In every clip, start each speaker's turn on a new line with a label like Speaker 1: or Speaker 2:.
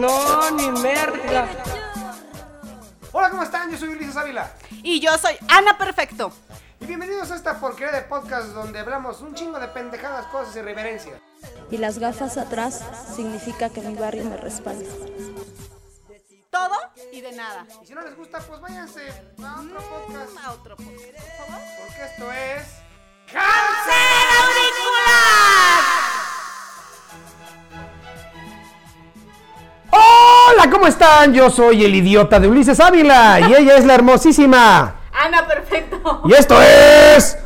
Speaker 1: No, ni merda.
Speaker 2: Hola, ¿cómo están? Yo soy Ulises Ávila.
Speaker 3: Y yo soy Ana Perfecto.
Speaker 2: Y bienvenidos a esta porquería de podcast donde hablamos un chingo de pendejadas, cosas y reverencias.
Speaker 4: y las gafas atrás significa que mi barrio me respalda.
Speaker 3: Todo y de nada.
Speaker 2: Y si no les gusta, pues váyanse a otro
Speaker 3: Mm,
Speaker 2: podcast.
Speaker 3: a otro podcast, por favor.
Speaker 2: Porque esto es...
Speaker 3: ¡Ser auricular!
Speaker 2: Hola, ¿cómo están? Yo soy el idiota de Ulises Ávila y ella es la hermosísima.
Speaker 3: Ana Perfecto.
Speaker 2: Y esto es...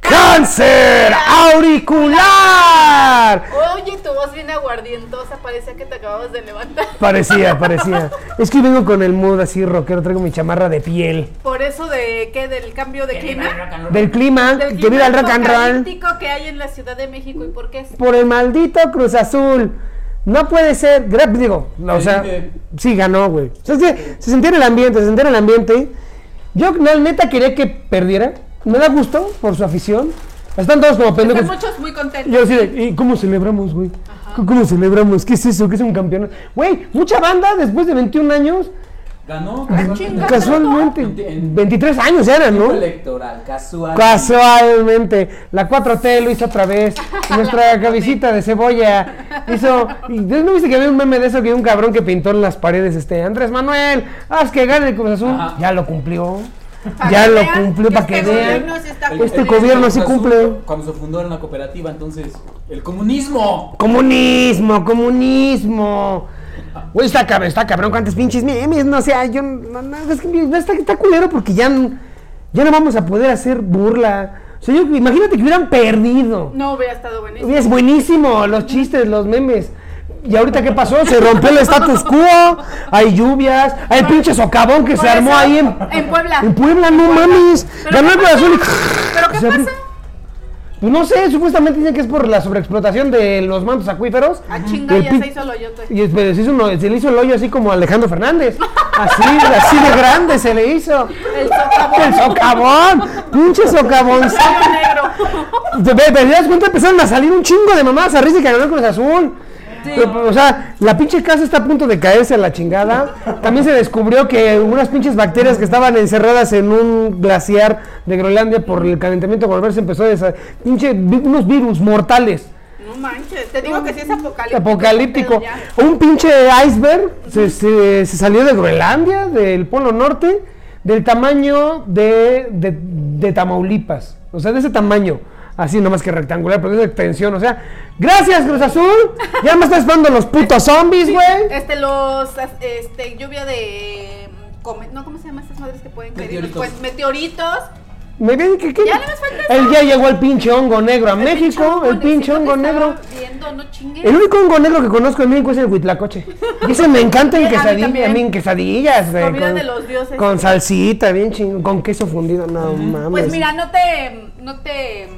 Speaker 2: ¡Cáncer auricular!
Speaker 3: Oye, tu voz bien aguardientosa. Parecía que te acababas de levantar.
Speaker 2: Parecía, parecía. Es que vengo con el mood así rockero, traigo mi chamarra de piel.
Speaker 3: Por eso de qué, del cambio de clima.
Speaker 2: Del clima,
Speaker 3: Del
Speaker 2: que viva el rock and roll.
Speaker 3: apocalíptico que hay en la Ciudad de México y por qué es
Speaker 2: por el maldito Cruz Azul. No puede ser. Gra- Digo, o sea, sí ganó, güey. O sea, es que se sentía en el ambiente, se sentía en el ambiente. Yo, la neta, quería que perdiera. Me da gusto por su afición. Están todos como pendejos.
Speaker 5: Están muchos muy contentos.
Speaker 2: Yo así de, ¿y cómo celebramos, güey? ¿Cómo celebramos? ¿Qué es eso? ¿Qué es un campeonato? Güey, mucha banda después de 21 años,
Speaker 6: Ganó
Speaker 3: Ah,
Speaker 6: casualmente.
Speaker 2: casualmente,
Speaker 6: En-
Speaker 2: 23 años eran, ¿no?
Speaker 6: electoral, casual.
Speaker 2: Casualmente, la 4T lo hizo otra vez. Nuestra cabecita de cebolla hizo. ¿y ¿No viste que había un meme de eso que había un cabrón que pintó en las paredes este Andrés Manuel? Haz que gane el Cruz Azul.
Speaker 6: Ajá.
Speaker 2: Ya lo cumplió.
Speaker 5: Para
Speaker 2: ya
Speaker 5: que
Speaker 2: lo
Speaker 5: vean
Speaker 2: cumplió
Speaker 5: que
Speaker 2: para que
Speaker 5: este
Speaker 2: vean.
Speaker 5: gobierno sí está
Speaker 6: El-
Speaker 2: Este
Speaker 6: el-
Speaker 2: gobierno
Speaker 6: el
Speaker 2: sí
Speaker 6: Cruz
Speaker 2: cumple.
Speaker 6: Azul, Cuando se fundó en la cooperativa, entonces, el comunismo.
Speaker 2: Comunismo, comunismo. Güey, está cabrón, está cabrón. ¿Cuántos pinches memes? No, o sea, yo. No, no, es que no, está, está culero porque ya, n- ya no vamos a poder hacer burla. O sea, yo, imagínate que hubieran perdido.
Speaker 3: No hubiera estado buenísimo.
Speaker 2: Es buenísimo, los chistes, los memes. ¿Y ahorita qué pasó? Se rompió el status quo, hay lluvias, hay el pinche socavón que
Speaker 3: Por
Speaker 2: se armó
Speaker 3: eso,
Speaker 2: ahí en,
Speaker 3: en Puebla.
Speaker 2: En Puebla, no mames.
Speaker 3: ¿Pero
Speaker 2: Ganó
Speaker 3: qué
Speaker 2: el Cruz Azul y-
Speaker 3: ¿Pero qué
Speaker 2: se abrió.
Speaker 3: pasa?
Speaker 2: Pues no sé, supuestamente dicen que es por la sobreexplotación de los mantos acuíferos.
Speaker 3: Ah, chinga,
Speaker 2: Y el
Speaker 3: ya
Speaker 2: pin-
Speaker 3: se hizo pues. el hoyote.
Speaker 2: Y es- pero se, hizo uno- se le hizo el hoyo así como a Alejandro Fernández. Así, así de grande se le hizo.
Speaker 3: El socavón.
Speaker 2: El socavón, pinche socavonzazo.
Speaker 3: negro.
Speaker 2: Te, ve- te das cuenta, empezaron a salir un chingo de mamadas a risa y que ganó el Cruz Azul. Pero, O sea, la pinche casa está a punto de caerse a la chingada. También se descubrió que unas pinches bacterias que estaban encerradas en un glaciar de Groenlandia por el calentamiento global se empezó a desa- pinche vi- unos virus mortales.
Speaker 3: No manches, te digo que sí es apocalíptico.
Speaker 2: Apocalíptico.
Speaker 3: pero ya.
Speaker 2: Un pinche iceberg se, se- se salió de Groenlandia, del Polo Norte, del tamaño de, de, de Tamaulipas. O sea, de ese tamaño. Así nomás que rectangular, pero de esa extensión. O sea, gracias Cruz Azul. Ya me estás dando los putos zombies, güey.
Speaker 3: Este, los, este, lluvia de, mm, come- no, ¿cómo se llaman estas madres que pueden caer?
Speaker 6: Meteoritos.
Speaker 3: Pues, meteoritos.
Speaker 2: Me ven que... que-
Speaker 3: Ya nada más falta
Speaker 2: el ya llegó el pinche hongo negro a
Speaker 3: El pinche
Speaker 2: México.
Speaker 3: hongo
Speaker 2: El pinche
Speaker 3: necesito
Speaker 2: hongo
Speaker 3: que
Speaker 2: negro.
Speaker 3: estaba Viendo, no chingues.
Speaker 2: El único hongo negro que conozco en México es el huitlacoche. Y ese me encanta en
Speaker 3: A mí
Speaker 2: quesadillas,
Speaker 3: también.
Speaker 2: a mí en quesadillas. güey,
Speaker 3: Comida de los dioses.
Speaker 2: Con salsita, bien chingón, con queso fundido, no mames.
Speaker 3: Pues mira, no te, no te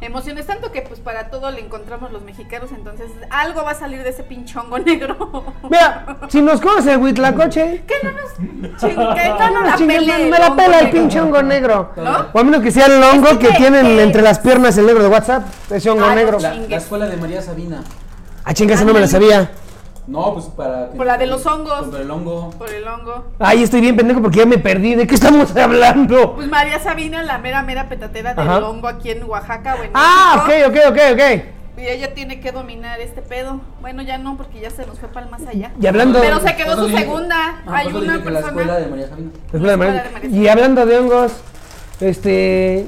Speaker 3: mm, emociones tanto que pues para todo le encontramos los mexicanos, entonces algo va a salir de ese pinchongo negro.
Speaker 2: Mira, si nos conoce el huitlacoche,
Speaker 3: Que no nos chingue, que no
Speaker 2: no
Speaker 3: nos
Speaker 2: nos
Speaker 3: la
Speaker 2: chingues,
Speaker 3: pele
Speaker 2: me la
Speaker 3: hongo
Speaker 2: pela el
Speaker 3: negro.
Speaker 2: pinche hongo negro.
Speaker 3: ¿No?
Speaker 2: O a menos que sea el hongo
Speaker 3: Es que
Speaker 2: que,
Speaker 3: te-
Speaker 2: tienen
Speaker 3: te-
Speaker 2: entre las piernas el negro de WhatsApp, ese hongo
Speaker 3: Ah, no
Speaker 2: negro.
Speaker 6: La,
Speaker 3: Chingue.
Speaker 6: la escuela de María Sabina.
Speaker 2: Ah, chinga, ese no me la sabía.
Speaker 6: No, pues para. que-
Speaker 3: Por la de los hongos.
Speaker 6: Por el hongo.
Speaker 3: Por el hongo.
Speaker 2: Ay, estoy bien pendejo porque ya me perdí. ¿De qué estamos hablando?
Speaker 3: Pues María Sabina, la mera, mera petatera del
Speaker 2: Ajá.
Speaker 3: hongo aquí en Oaxaca, bueno.
Speaker 2: Ah, ok, ok, ok, ok.
Speaker 3: Y ella tiene que dominar este pedo. Bueno, ya no, porque ya se nos fue para el más allá.
Speaker 2: Y hablando.
Speaker 3: Pero se quedó
Speaker 6: Por eso
Speaker 3: su
Speaker 6: dije-
Speaker 3: segunda.
Speaker 6: Ah,
Speaker 3: Hay
Speaker 6: por eso
Speaker 3: una
Speaker 6: dije que La
Speaker 3: persona-
Speaker 6: escuela de María Sabina.
Speaker 2: Es la de
Speaker 3: Escuela
Speaker 2: María.
Speaker 3: de María.
Speaker 2: Y hablando de hongos, este.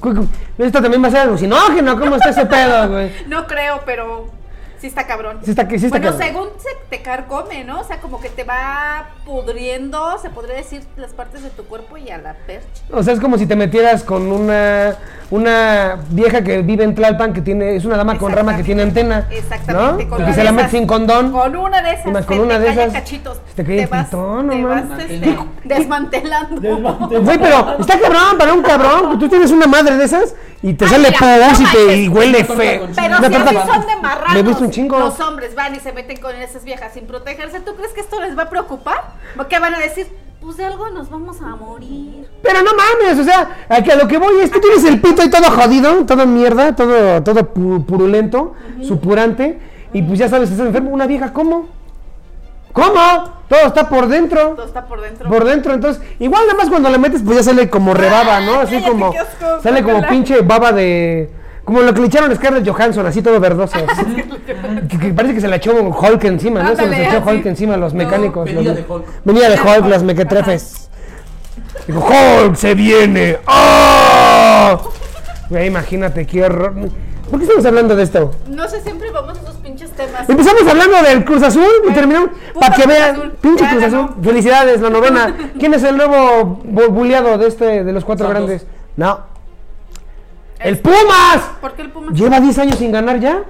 Speaker 2: cu- cu- Esto también va a ser alucinógeno. ¿Cómo está ese pedo, güey?
Speaker 3: No creo, pero sí está cabrón.
Speaker 2: Sí está- sí está
Speaker 3: bueno,
Speaker 2: cabrón.
Speaker 3: según se te carcome, ¿no? O sea, como que te va pudriendo, se podría decir, las partes de tu cuerpo y a la percha.
Speaker 2: O sea, es como si te metieras con una, una vieja que vive en Tlalpan, que tiene, es una dama con rama que tiene antena.
Speaker 3: Exactamente.
Speaker 2: ¿no?
Speaker 3: con
Speaker 2: Y
Speaker 3: una
Speaker 2: que se
Speaker 3: de
Speaker 2: la mete
Speaker 3: esas.
Speaker 2: sin condón.
Speaker 3: Con una de esas.
Speaker 2: Y más con
Speaker 3: se
Speaker 2: una
Speaker 3: te
Speaker 2: de
Speaker 3: calla
Speaker 2: esas,
Speaker 3: cachitos.
Speaker 2: se te cae el pitón, no
Speaker 3: te
Speaker 2: mames.
Speaker 3: vas, este,
Speaker 6: Mantenga.
Speaker 3: desmantelando.
Speaker 2: Güey, pero está cabrón para un cabrón. que Tú tienes una madre de esas y te
Speaker 3: Ay,
Speaker 2: sale
Speaker 3: mira,
Speaker 2: pubos
Speaker 3: no
Speaker 2: y te y
Speaker 3: manches.
Speaker 2: huele
Speaker 6: Una torta
Speaker 2: feo.
Speaker 6: con
Speaker 3: Pero
Speaker 2: Una
Speaker 3: si
Speaker 2: torta-
Speaker 3: así son de marranos,
Speaker 2: Me gusta un chingo.
Speaker 3: los hombres van y se meten con esas viejas sin protegerse. ¿Tú crees que esto les va a preocupar? ¿Qué van a decir? Pues de algo nos vamos a morir.
Speaker 2: Pero no mames, o sea, a que a lo que voy es, tú tienes el pito ahí todo jodido, todo mierda, todo, todo pu- purulento, supurante, y pues ya sabes, estás enfermo, una vieja, ¿cómo? ¿Cómo? Todo está por dentro.
Speaker 3: Todo está por dentro.
Speaker 2: Por dentro, entonces, igual nada más cuando le metes, pues ya sale como rebaba, ¿no? Así
Speaker 3: Cállate,
Speaker 2: como.
Speaker 3: qué asco,
Speaker 2: Sale como
Speaker 3: guácala.
Speaker 2: pinche baba de. Como lo que le echaron a Scarlett Johansson, así todo verdoso. que, que parece que se la echó Hulk encima, ¿no? se los
Speaker 3: Ándale,
Speaker 2: echó
Speaker 3: así.
Speaker 2: Hulk encima a los
Speaker 3: No,
Speaker 2: mecánicos.
Speaker 6: venía
Speaker 2: los-
Speaker 6: de Hulk.
Speaker 2: Venía de
Speaker 3: Venía de
Speaker 2: Hulk, las
Speaker 3: Hulk,
Speaker 2: mequetrefes. Dijo, Hulk se viene. ¡Ah! Güey, imagínate qué horror. ¿Por qué estamos hablando de esto?
Speaker 3: No sé, siempre vamos a esos pinches temas.
Speaker 2: Empezamos hablando del Cruz Azul y terminamos.
Speaker 3: puto
Speaker 2: Para que
Speaker 3: Cruz
Speaker 2: vean,
Speaker 3: Azul.
Speaker 2: pinche
Speaker 3: Ya
Speaker 2: Cruz
Speaker 3: ganó.
Speaker 2: Azul. Felicidades, la novena. ¿Quién es el nuevo bu- buleado de este de los cuatro
Speaker 6: Santos.
Speaker 2: grandes? No. ¡El
Speaker 3: Este.
Speaker 2: Pumas!
Speaker 3: ¿Por qué el Puma?
Speaker 2: Lleva 10 años sin ganar ya.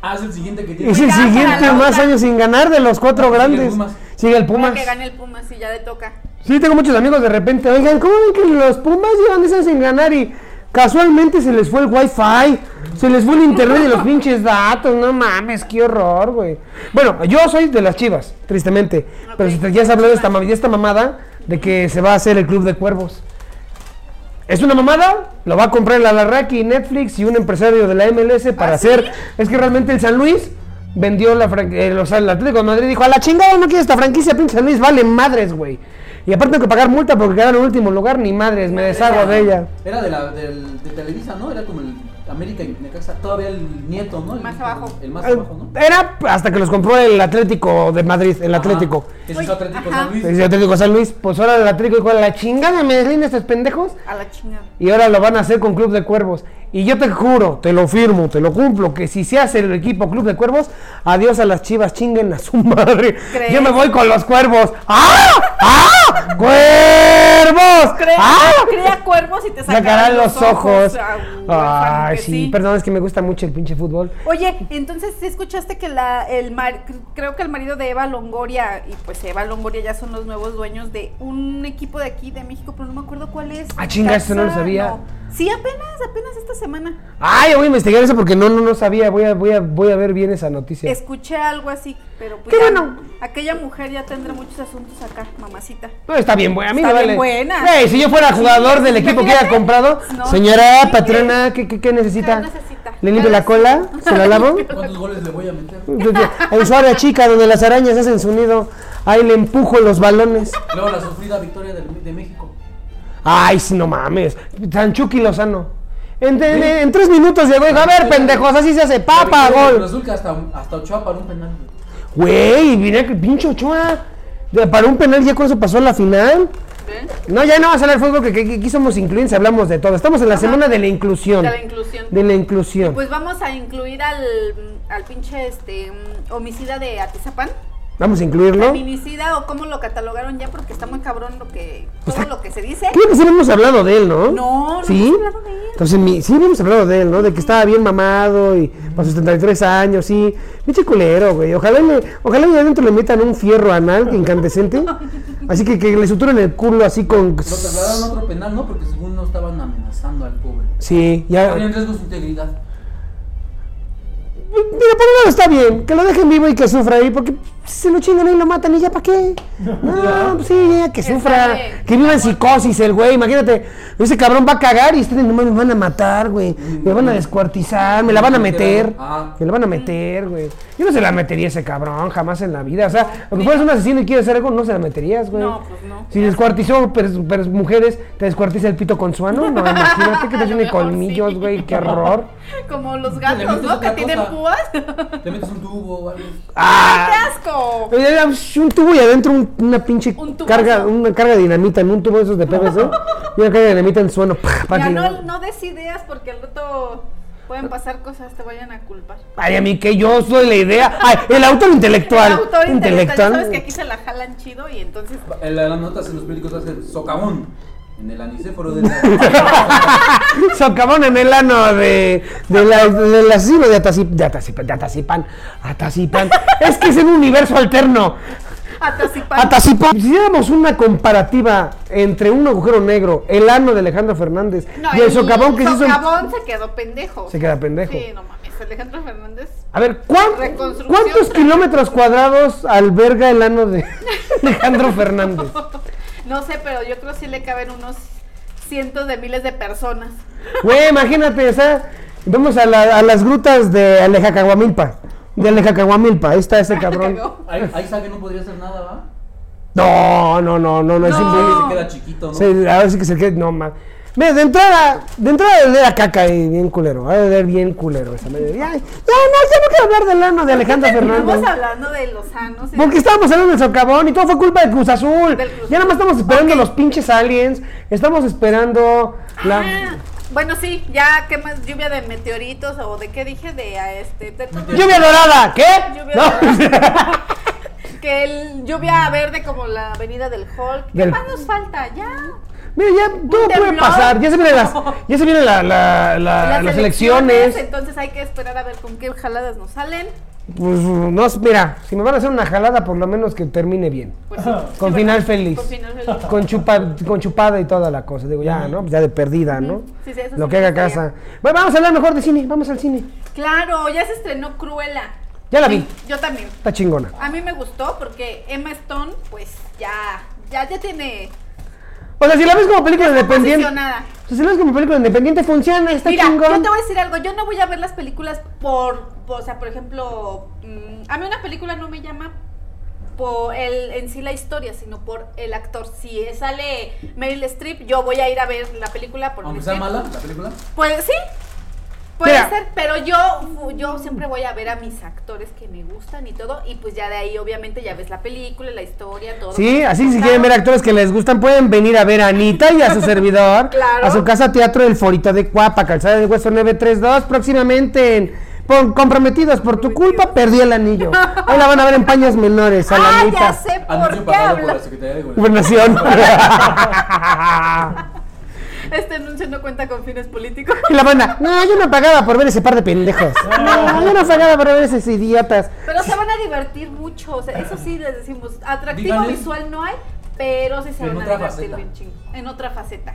Speaker 6: Ah, es el siguiente que tiene.
Speaker 2: Es el
Speaker 3: Cuidado,
Speaker 2: siguiente
Speaker 3: la
Speaker 2: más
Speaker 3: otra.
Speaker 2: años sin ganar de los cuatro
Speaker 6: Sigue el
Speaker 2: grandes.
Speaker 6: Pumas.
Speaker 2: Sigue el
Speaker 3: Ahora
Speaker 2: Pumas.
Speaker 3: que gane el Puma, sí, ya le toca.
Speaker 2: Sí, tengo muchos amigos de repente. Oigan, ¿cómo ven que los Pumas llevan 10 años sin ganar y casualmente se les fue el Wi-Fi? Se les fue el internet y los pinches datos. No mames, qué horror, güey. Bueno, yo soy de las chivas, tristemente. Pero
Speaker 3: Ok.
Speaker 2: si te- ya se habló de esta, mam- de esta mamada de que se va a hacer el Club de Cuervos. Es una mamada, lo va a comprar la Larraqui, Netflix y un empresario de la MLS para
Speaker 3: ¿Ah, sí?
Speaker 2: hacer. Es que realmente el San Luis vendió la franquicia. o sea, el Atlético de Madrid dijo: A la chingada, no quiero esta franquicia, pinche San Luis, vale madres, güey. Y aparte tengo que pagar multa porque quedaron en último lugar, ni madres, me deshago de ella.
Speaker 6: Era de, la, del, de Televisa, ¿no? Era como el América y Necaxa. Todavía el nieto, ¿no? El
Speaker 3: Más abajo.
Speaker 6: El más abajo, ¿no?
Speaker 2: Ah, Era hasta que los compró el Atlético de Madrid, el Atlético.
Speaker 6: Ajá. Que se hizo Atlético
Speaker 3: Ajá.
Speaker 6: San Luis.
Speaker 2: El Atlético San Luis, pues ahora el Atlético dijo: A la chingada, me deslina estos pendejos.
Speaker 3: A la chingada.
Speaker 2: Y ahora lo van a hacer con Club de Cuervos. Y yo te juro, te lo firmo, te lo cumplo, que si se hace el equipo Club de Cuervos, adiós a las chivas, chinguen a su madre.
Speaker 3: ¿Crees?
Speaker 2: Yo me voy con los cuervos. ¡Ah! ¡Ah! ¡Cuervos!
Speaker 3: Crea,
Speaker 2: ¡Ah!
Speaker 3: crea cuervos y te sacarán,
Speaker 2: Sacarán los ojos.
Speaker 3: Ah, güey,
Speaker 2: Ay,
Speaker 3: fan, que
Speaker 2: sí, perdón, es que me gusta mucho el pinche fútbol.
Speaker 3: Oye, entonces ¿sí escuchaste que la, el mar- creo que el marido de Eva Longoria y pues Eva Longoria ya son los nuevos dueños de un equipo de aquí de México, pero no me acuerdo cuál es.
Speaker 2: Ah, chinga, eso no lo
Speaker 3: Casa-
Speaker 2: sabía.
Speaker 3: Sí, apenas, apenas esta semana.
Speaker 2: Ay, voy a investigar eso porque no, no, no sabía. Voy a, voy a, voy a ver bien esa noticia.
Speaker 3: Escuché algo así, pero pues
Speaker 2: Qué
Speaker 3: ya,
Speaker 2: bueno.
Speaker 3: aquella mujer ya tendrá muchos asuntos acá, mamacita.
Speaker 2: No, está bien buena. A mí
Speaker 3: Está
Speaker 2: me
Speaker 3: bien
Speaker 2: vale.
Speaker 3: buena.
Speaker 2: Güey, si yo fuera jugador del equipo que haya
Speaker 3: Imagínate.
Speaker 2: comprado,
Speaker 3: No,
Speaker 2: señora
Speaker 3: sí,
Speaker 2: patrona, ¿qué, qué, qué necesita?
Speaker 3: ¿Qué necesita?
Speaker 2: ¿Le limpio la cola? ¿Se la lavo?
Speaker 6: ¿Cuántos goles le voy a meter?
Speaker 2: En su área chica, donde las arañas hacen su nido, ahí le empujo los balones.
Speaker 6: Luego la sufrida victoria del- de México.
Speaker 2: Ay, si no mames. Sanchuki Lozano. En, en- en tres minutos llegó y dijo, a ver, pendejos, así se hace papa, gol.
Speaker 6: Resulta hasta, hasta Ochoa para un penal.
Speaker 2: Güey, mira que pinche Ochoa. de- Para un penal ya con eso pasó a la final.
Speaker 3: ¿Ven?
Speaker 2: No, ya no vas a hablar de fútbol, que, que, que aquí somos incluyentes, hablamos de todo. Estamos en la semana de la inclusión.
Speaker 3: De la inclusión.
Speaker 2: De la inclusión.
Speaker 3: Pues vamos a incluir al, al pinche este mm, homicida de Atizapán.
Speaker 2: Vamos a incluirlo.
Speaker 3: Feminicida o cómo lo catalogaron ya, porque está muy cabrón lo que,
Speaker 2: Pues
Speaker 3: todo lo que se dice.
Speaker 2: Creo que sí hemos hablado de él, ¿no?
Speaker 3: No, no
Speaker 2: ¿Sí?
Speaker 3: hemos hablado de él.
Speaker 2: Entonces, mi, sí hemos hablado de él, ¿no? De que estaba bien mamado y para sus 73 años, sí. Pinche culero, güey. Ojalá y le, ojalá y adentro le metan un fierro anal incandescente. Así que, que le suturen el culo así con.
Speaker 6: Lo trasladaron a otro penal, ¿no? Porque según no estaban amenazando al pobre.
Speaker 2: Sí, ya.
Speaker 6: Ponían en riesgo su integridad.
Speaker 2: Pues, Mira, por un lado está bien, que lo dejen vivo y que sufra ahí, porque se lo chingan y lo matan y ya para qué. No, pues sí, ya que
Speaker 3: Está
Speaker 2: sufra,
Speaker 3: bien.
Speaker 2: que viva en psicosis el güey, imagínate, ese cabrón va a cagar y ustedes nomás me van a matar, güey, me van a descuartizar, me la van a meter,
Speaker 6: Ah.
Speaker 2: me la van a meter, güey. Yo no se la metería a ese cabrón jamás en la vida, o sea, aunque fueras un asesino y quieres hacer algo, no se la meterías, güey.
Speaker 3: No, pues no.
Speaker 2: Si descuartizó pers- pers- mujeres, te descuartiza el pito con su ano, no, imagínate que
Speaker 3: A
Speaker 2: te
Speaker 3: lo
Speaker 2: tiene
Speaker 3: mejor
Speaker 2: colmillos,
Speaker 3: sí.
Speaker 2: güey, qué horror.
Speaker 3: Como los
Speaker 6: Le
Speaker 3: gatos,
Speaker 6: metes
Speaker 3: ¿no? Que
Speaker 6: otra
Speaker 3: tienen
Speaker 6: cosa.
Speaker 3: púas.
Speaker 6: Le metes un tubo o algo.
Speaker 2: Ah.
Speaker 3: ¡Qué asco!
Speaker 2: Pero era Un tubo y adentro un- una pinche
Speaker 3: Un tubazo.
Speaker 2: carga, una carga de dinamita en un tubo de esos de PVC. y una carga de dinamita en suelo.
Speaker 3: Ya no, no des ideas porque al rato pueden pasar cosas, te vayan a culpar.
Speaker 2: Ay, a mí que yo soy la idea. Ay, el autor intelectual.
Speaker 3: El autor intelectual.
Speaker 2: Intelectual.
Speaker 3: Sabes que aquí se la jalan chido y entonces.
Speaker 6: En la- las notas en los periódicos hace socavón. En el anicéforo de la.
Speaker 2: Socavón en el ano de, de la, del asilo de Atacip- de Atacip- de Atacipan. Atacipan. es que es en un universo alterno.
Speaker 3: Atasipan.
Speaker 2: Atacipan. Si hiciéramos una comparativa entre un agujero negro, el ano de Alejandro Fernández,
Speaker 3: No,
Speaker 2: y el socavón que se hizo en-
Speaker 3: socavón se quedó pendejo.
Speaker 2: Se queda pendejo.
Speaker 3: Sí, no mames. Alejandro Fernández.
Speaker 2: A ver, ¿cuán-
Speaker 3: Reconstrucción.
Speaker 2: ¿cuántos kilómetros cuadrados alberga el ano de Alejandro Fernández?
Speaker 3: No sé, pero yo creo que sí le caben unos cientos de miles de personas.
Speaker 2: Güey, imagínate, o sea, vamos a, la- a las grutas de Alejacaguamilpa. De Alejacaguamilpa, ahí está ese cabrón.
Speaker 3: Ah, Cagó.
Speaker 6: Ahí, ahí sabe que no podría hacer nada, ¿va?
Speaker 2: No, no, no, no, no, es
Speaker 3: No.
Speaker 2: imposible.
Speaker 6: Sabe que se queda chiquito, ¿no?
Speaker 2: Sí, a ver si que se quede. No más. Mira, de entrada, de entrada de oler a caca y bien culero. Va a oler bien culero esa madre. Ya, ya, no, ya no quiero hablar del ano de Alejandro
Speaker 3: Estamos
Speaker 2: Fernández.
Speaker 3: hablando de Lozano. sí.
Speaker 2: Porque estábamos hablando del socavón y todo fue culpa de Cruz Azul.
Speaker 3: Este. Del Cruz
Speaker 2: Ya nada más estamos esperando los pinches aliens. Estamos esperando la.
Speaker 3: Ah, bueno, sí, ya, ¿qué más? Lluvia de meteoritos o de qué dije, de a este... de-
Speaker 2: ¡Lluvia dorada! ¿Qué?
Speaker 3: Lluvia
Speaker 2: No.
Speaker 3: Que el lluvia verde como la avenida del Hulk. ¿Qué
Speaker 2: Del-
Speaker 3: más nos falta? Ya.
Speaker 2: Mira, ya todo puede
Speaker 3: temblor.
Speaker 2: pasar. Ya se vienen las, ya se vienen la- la- la- Ah, las elecciones.
Speaker 3: Entonces hay que esperar a ver con qué jaladas nos salen.
Speaker 2: Pues no, mira, si me van a hacer una jalada, por lo menos que termine bien.
Speaker 3: Pues sí, sí,
Speaker 2: Con
Speaker 3: ¿verdad?
Speaker 2: final feliz.
Speaker 3: Con final feliz.
Speaker 2: Con, chupa- con chupada y toda la cosa. Digo, ya, ¿no? Pues Ya de perdida, ¿no?
Speaker 3: Sí, sí, eso
Speaker 2: Lo
Speaker 3: sí
Speaker 2: que
Speaker 3: me
Speaker 2: haga
Speaker 3: gustaría.
Speaker 2: casa. Bueno, vamos a hablar mejor de cine. Vamos al cine.
Speaker 3: Claro, ya se estrenó Cruella.
Speaker 2: Ya la vi.
Speaker 3: Yo también.
Speaker 2: Está chingona.
Speaker 3: A mí me gustó porque Emma Stone, pues ya, ya, ya tiene
Speaker 2: O sea, si la ves como película independiente.
Speaker 3: posicionada.
Speaker 2: o sea, si la ves como película independiente, funciona. Está
Speaker 3: Mira,
Speaker 2: chingón.
Speaker 3: yo te voy a decir algo. Yo no voy a ver las películas por, por- o sea, por ejemplo, mm, a mí una película no me llama por el, en sí la historia, sino por el actor. Si sale Meryl Streep, yo voy a ir a ver la película por
Speaker 6: Aunque
Speaker 3: Meryl
Speaker 6: sea
Speaker 3: Streep.
Speaker 6: mala la película.
Speaker 3: Pues sí. Puede
Speaker 2: Mira.
Speaker 3: ser, pero yo, yo siempre voy a ver a mis actores que me gustan y todo, y pues ya de ahí obviamente ya ves la película, la historia, todo.
Speaker 2: Sí, así que si
Speaker 3: Claro.
Speaker 2: quieren ver actores que les gustan, pueden venir a ver a Anita y a su servidor.
Speaker 3: Claro.
Speaker 2: A su casa teatro El Forito de Cuapa, calzada de hueso 932, próximamente en Pon- Comprometidos por tu culpa, perdí el anillo. Ahí la van a ver en paños menores, a la
Speaker 3: Ah,
Speaker 2: Anita.
Speaker 3: ya sé por
Speaker 6: Anuncio
Speaker 3: qué
Speaker 6: pagado por la
Speaker 3: hablas.
Speaker 6: Secretaría de Gobernación.
Speaker 2: Gobernación.
Speaker 3: Este anuncio no cuenta con fines políticos.
Speaker 2: y la banda, no, yo no pagaba por ver ese par de pendejos. No, yo no pagaba por ver esos idiotas.
Speaker 3: Pero se van a divertir mucho, o sea, eso sí les decimos, atractivo
Speaker 6: Díganle.
Speaker 3: visual no hay, pero sí se
Speaker 6: En
Speaker 3: van a
Speaker 6: otra
Speaker 3: divertir
Speaker 6: faceta.
Speaker 3: bien chingo. En otra faceta,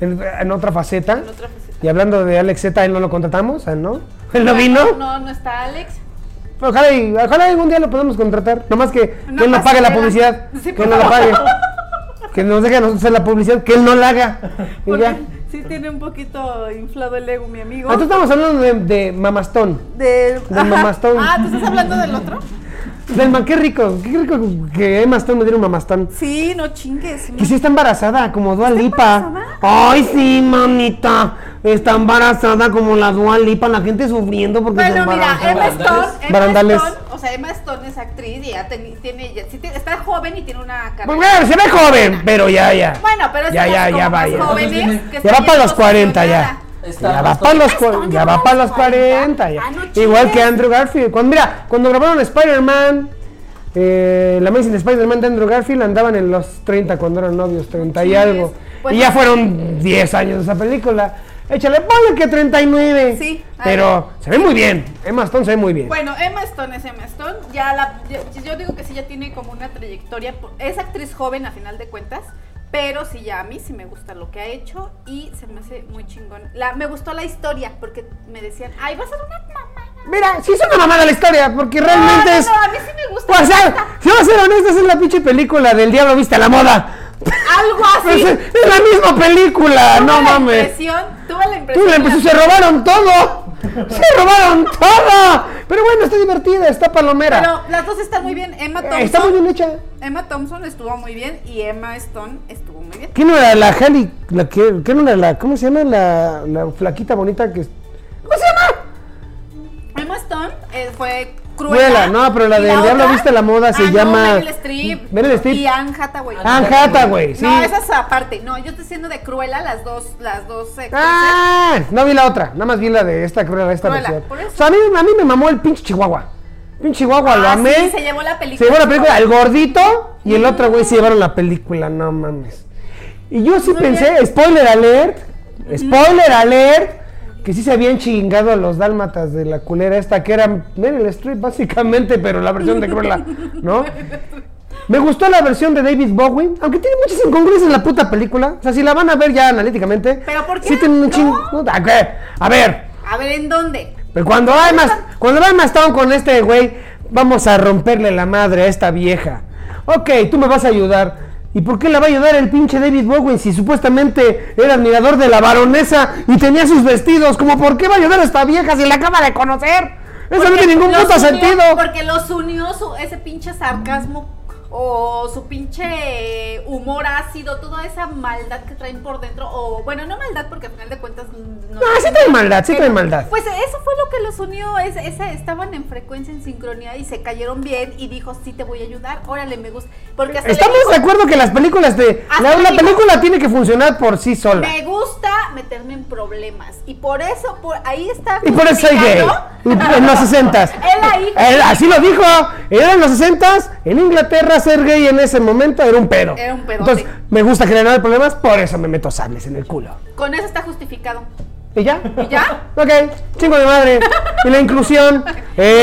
Speaker 2: En, en otra faceta.
Speaker 3: en otra faceta.
Speaker 2: Y hablando de Alex Z, él no lo contratamos, ¿Ah, ¿no? Él
Speaker 3: Bueno,
Speaker 2: no vino.
Speaker 3: No, no está Alex.
Speaker 2: Ojalá, y- ojalá algún día lo podamos contratar. Nomás que,
Speaker 3: No
Speaker 2: que él no pague la
Speaker 3: pasarela.
Speaker 2: publicidad.
Speaker 3: Sí,
Speaker 2: que
Speaker 3: por
Speaker 2: él no la pague.
Speaker 3: favor.
Speaker 2: Que nos deje a nosotros hacer la publicidad, que él no la haga. Y
Speaker 3: Porque
Speaker 2: ya. ¿Ah,
Speaker 3: sí tiene un poquito inflado el ego, mi amigo.
Speaker 2: Entonces estamos hablando de, de mamastón.
Speaker 3: Del
Speaker 2: Del mamastón.
Speaker 3: Ah, ¿tú estás hablando del otro?
Speaker 2: Del man, qué rico. Qué rico que Emma Stone me diera un mamastón.
Speaker 3: Sí, no chingues.
Speaker 2: Que sí está embarazada, como Dua Lipa.
Speaker 3: embarazada?
Speaker 2: Ay, sí, mamita. Está embarazada como la Dua Lipa. La gente sufriendo porque se
Speaker 3: Bueno, mira,
Speaker 2: embaraza.
Speaker 3: Emma Stone,
Speaker 6: Barandales.
Speaker 3: Emma
Speaker 2: Barandales.
Speaker 3: Stone, o sea, Emma Stone es actriz y ya ten- tiene, ya- sí tiene- está joven y tiene una carrera.
Speaker 2: Pues, bueno, se ve joven, pero ya, ya.
Speaker 3: eh, Bueno, pero es
Speaker 2: ya,
Speaker 3: como-
Speaker 2: ya,
Speaker 3: como
Speaker 2: ya,
Speaker 3: más
Speaker 2: vaya.
Speaker 3: jóvenes que
Speaker 2: Ya va
Speaker 3: están
Speaker 2: para
Speaker 3: bien
Speaker 2: los 40 ya.
Speaker 6: Está
Speaker 2: Ya va
Speaker 6: bastante-
Speaker 2: para los,
Speaker 3: Stone
Speaker 2: cua-
Speaker 3: ya
Speaker 2: ya
Speaker 3: va
Speaker 2: va
Speaker 3: para
Speaker 2: para los
Speaker 3: los
Speaker 2: 40 ya.
Speaker 3: Ah, no chingues.
Speaker 2: Igual que Andrew Garfield. Cuando, mira, cuando grabaron Spider-Man, eh, la Amazing Spider-Man de Andrew Garfield andaban en los 30 cuando eran novios, 30 y
Speaker 3: chingues.
Speaker 2: algo.
Speaker 3: Pues-
Speaker 2: y ya fueron 10 años de esa película. Échale, ponle que 39.
Speaker 3: Sí, ahí.
Speaker 2: Pero se ve muy bien. Emma Stone se ve muy bien.
Speaker 3: Bueno, Emma Stone es Emma Stone. Ya la, yo, yo digo que sí, ya tiene como una trayectoria. por- Es actriz joven a final de cuentas. Pero sí, ya a mí sí me gusta lo que ha hecho y se me hace muy chingón. La, me gustó la historia porque me decían, ay, va a ser una mamá.
Speaker 2: Mira, sí es una mamada la historia, porque realmente
Speaker 3: no,
Speaker 2: es. Pues, ah,
Speaker 3: no, a mí sí me gusta.
Speaker 2: O sea, si vamos a ser honestos, es la pinche película del diablo viste a la moda.
Speaker 3: Algo
Speaker 2: Pues
Speaker 3: así.
Speaker 2: es, es la misma película,
Speaker 3: Tuve
Speaker 2: no
Speaker 3: la
Speaker 2: mames.
Speaker 3: Impresión, tuve la
Speaker 2: Tú
Speaker 3: impresión.
Speaker 2: le empezó, se robaron todo. Se robaron todo. Pero bueno, está divertida, está palomera.
Speaker 3: Pero las dos están muy bien. Emma
Speaker 2: Eh,
Speaker 3: Thompson.
Speaker 2: está muy bien hecha.
Speaker 3: Emma Thompson estuvo muy bien y Emma Stone estuvo muy bien.
Speaker 2: ¿Quién era la Hallie? La que, ¿Quién era la, cómo se llama la, la flaquita bonita que es? ¿Cómo se llama?
Speaker 3: Emma Stone eh, fue
Speaker 2: Cruella,
Speaker 3: Cruella.
Speaker 2: no, pero la
Speaker 3: y
Speaker 2: del Diablo
Speaker 3: otra-
Speaker 2: Viste la Moda se
Speaker 3: Ah, no,
Speaker 2: llama-
Speaker 3: Meryl Streep.
Speaker 2: Meryl Streep.
Speaker 3: Y Anne Hathaway.
Speaker 2: Anne Hathaway, sí.
Speaker 3: No, esa es aparte. No, yo estoy diciendo de Cruella las dos, las dos. eh,
Speaker 2: Ah, no vi la otra, nada más vi la de esta cruela, esta
Speaker 3: Cruella,
Speaker 2: versión.
Speaker 3: por eso.
Speaker 2: O sea, a mí, a mí me mamó el pinche Chihuahua. Pinche Chihuahua,
Speaker 3: cosas.
Speaker 2: lo
Speaker 3: Ah,
Speaker 2: amé.
Speaker 3: sí, se llevó la película.
Speaker 2: Se llevó la película, el gordito y el otro güey se llevaron la película, no mames. Y yo sí
Speaker 3: Muy
Speaker 2: pensé,
Speaker 3: bien.
Speaker 2: spoiler alert, spoiler alert, que sí se habían chingado a los dálmatas de la culera esta, que era Meryl Streep básicamente, pero la versión de Cruella, ¿no? Me gustó la versión de David Bowie, aunque tiene muchas incongruencias en la puta película. O sea, si la van a ver ya analíticamente.
Speaker 3: ¿Pero por qué?
Speaker 2: Sí tiene un chingo.
Speaker 3: No.
Speaker 2: ¿a qué? A ver,
Speaker 3: A ver, ¿en dónde?
Speaker 2: pero cuando va más, cuando va más Town con este güey, vamos a romperle la madre a esta vieja. Ok, tú me vas a ayudar. ¿Y por qué la va a ayudar el pinche David Bowie si supuestamente era admirador de la baronesa y tenía sus vestidos? Como, ¿por qué va a ayudar a esta vieja si la acaba de conocer? Eso no
Speaker 3: Porque
Speaker 2: tiene ningún
Speaker 3: los
Speaker 2: puto
Speaker 3: unió-
Speaker 2: sentido.
Speaker 3: Porque los unió su- ese pinche sarcasmo o su pinche humor ácido, toda esa maldad que traen por dentro. O bueno, no maldad porque al final de cuentas mm, no.
Speaker 2: No, sí trae maldad, sí trae maldad.
Speaker 3: Pues eso fue lo que los unió, es- esa- estaban en frecuencia, en sincronía y se cayeron bien y dijo, sí te voy a ayudar, órale, me gusta. Porque hasta le
Speaker 2: Estamos
Speaker 3: dijo,
Speaker 2: de acuerdo que las películas de...
Speaker 3: Hasta
Speaker 2: La,
Speaker 3: le
Speaker 2: la
Speaker 3: digo-
Speaker 2: película tiene que funcionar por sí sola.
Speaker 3: me gusta meterme en problemas. Y por eso, por ahí está.
Speaker 2: Y por eso soy gay.
Speaker 3: justificando-
Speaker 2: Y- En los 60s.
Speaker 3: Él ahí.
Speaker 2: Él así lo dijo. Era en los 60s. En Inglaterra ser gay en ese momento era un pedo.
Speaker 3: Era un pedote.
Speaker 2: Entonces, me gusta generar problemas, por eso me meto sables en el culo.
Speaker 3: Con eso está justificado.
Speaker 2: ¿Y ya?
Speaker 3: ¿Y ya?
Speaker 2: Ok, chingo de madre. Y la inclusión.